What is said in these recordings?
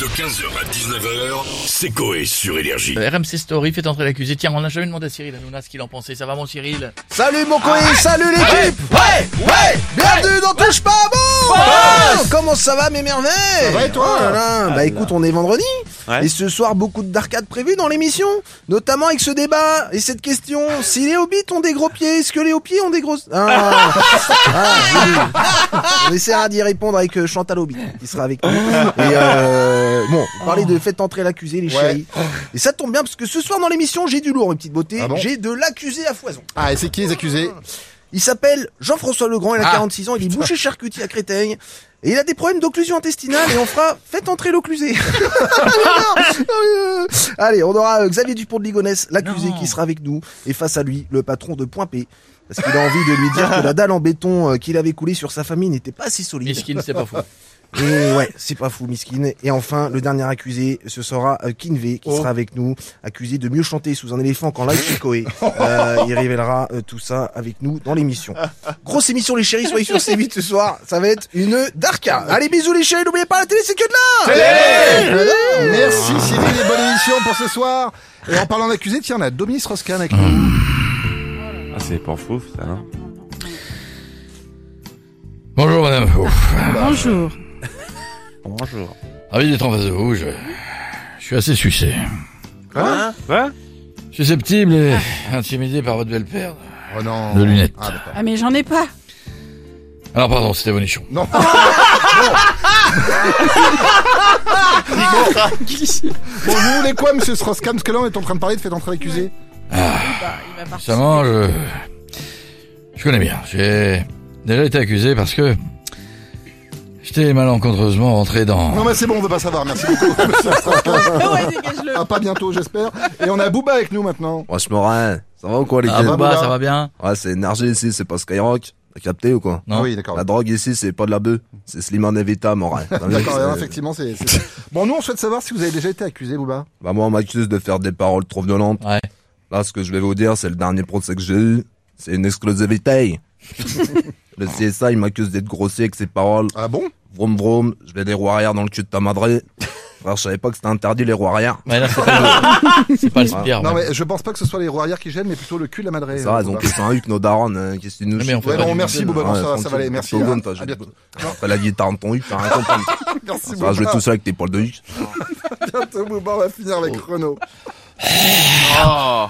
De 15h à 19h, c'est Coé sur Énergie. Euh, RMC Story fait entrer l'accusé. Tiens, on n'a jamais demandé à Cyril Hanouna ce qu'il en pensait. Ça va, mon Cyril Salut mon coin, salut l'équipe Ouais Ouais Bienvenue dans Touche pas à bon Ouais. Comment ça va mes merveilles Ça va, et toi Ah, Bah écoute, on est vendredi, Ouais. et ce soir beaucoup d'arcades prévues dans l'émission, notamment avec ce débat et cette question, si les hobbits ont des gros pieds, est-ce que les hobbits ont des grosses... Ah, Ah, oui. On essaiera d'y répondre avec euh, Chantal Hobbit, qui sera avec nous. Et euh, bon, vous parlez de faites entrer l'accusé les Oh. Ouais. chéris, et ça tombe bien parce que ce soir dans l'émission j'ai du lourd mes petites beautés, Ah bon j'ai de l'accusé à foison. Ah, et c'est qui les accusés Il s'appelle Jean-François Legrand, il a Ah, 46 ans, il est boucher charcutier à Créteil. Et il a des problèmes d'occlusion intestinale et on fera faites entrer l'occlusé. Non, non, euh, Allez, on aura euh, Xavier Dupont de Ligonnès, l'accusé Non. qui sera avec nous et face à lui le patron de Point P parce qu'il a envie de lui dire que la dalle en béton euh, qu'il avait coulée sur sa famille n'était pas si solide. Miskin, c'est pas fou. Et ouais, c'est pas fou, Miskin. Et enfin, le dernier accusé, ce sera euh, Kinvey, qui sera avec nous, accusé de mieux chanter sous un éléphant qu'en live chez Koé. Euh, il révélera euh, tout ça avec nous dans l'émission. Grosse émission, les chéris, soyez sur C8 ce soir. Ça va être une darka. Allez, bisous les chéris, n'oubliez pas la télé, c'est que de là Merci Cyril et bonne émission pour ce soir. Et en parlant d'accusés, tiens, on a Dominique Roscan avec Mmh. nous. Ah, c'est pas fou, ça, non Bonjour, madame. Ouf. Bonjour. Bonjour. Ravi d'être en face de vous. Je, je suis assez sucé. Hein Quoi Susceptible et intimidé par votre belle paire. Oh non. De lunettes. Ah, d'accord. Ah mais j'en ai pas. Alors, pardon, c'était Bonichon. Non. Bon, vous voulez quoi, monsieur Strauss-Kahn Parce que là, on est en train de parler de fait entrer l'accusé. Il va partir. Récemment, je... euh, Je connais bien. J'ai déjà été accusé parce que... J'étais malencontreusement rentré Non, dans... mais c'est bon, on veut pas savoir. Merci beaucoup, monsieur Strauss-Kahn. Ah ouais, dégage-le. À pas bientôt, j'espère. Et on a Booba avec nous maintenant. Wesh Morin, ça va ou quoi les Ah, bah, Booba, Booba. ça va bien Ouais, c'est énergie ici, c'est pas Skyrock. T'as capté ou quoi Non. Bah, Ah oui, d'accord. La drogue ici, c'est pas de la bœuf, c'est Slimane Evita, Bah, Morin. D'accord, euh, alors, effectivement, c'est. c'est- Bon, nous, on souhaite savoir si vous avez déjà été accusé, Booba. Bah moi on m'accuse de faire des paroles trop violentes. Ouais. Là ce que je vais vous dire c'est le dernier procès que j'ai eu. C'est une exclusivité. le CSA il m'accuse d'être grossier avec ses paroles. Ah bon Vroom vroom, je vais des roues arrière dans le cul de ta madrée. Frère je savais pas que c'était interdit les roues arrière. Mais non, c'est pas le- c'est pas le spire. Non, mais- mais je pense pas que ce soit les roues arrière qui gênent, mais plutôt le cul de la madrée. Ah, Ça va, ils ont Booba. tous un huc nos darons, hein. qu'est-ce que tu nous Mais on chies fait Ouais, pas non, du merci, Newton. Boba, non, Ouais, ça, ça tranquille, va aller, merci. t'as hein. raison, t'as- À bientôt. Après la guitare dans ton huc, t'as rien compris. Merci, Ça va, je vais Booba. tout ça avec tes poils de huc. Bientôt, Booba, on va finir avec Oh. Renaud.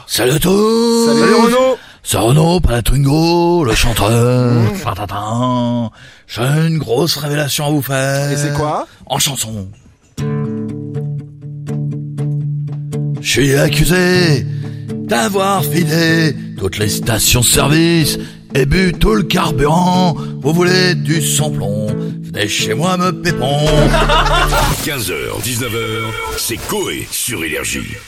Salut tout Salut, Renaud C'est Renaud Palatringo, le Mmh. chanteur. Fatatan. J'ai une grosse révélation à vous faire. Et c'est quoi En chanson. Je suis accusé d'avoir filé toutes les stations-service et bu tout le carburant. Vous voulez du sans-plomb Venez chez moi me pépon. 15h, 19h, c'est Coé sur Énergie.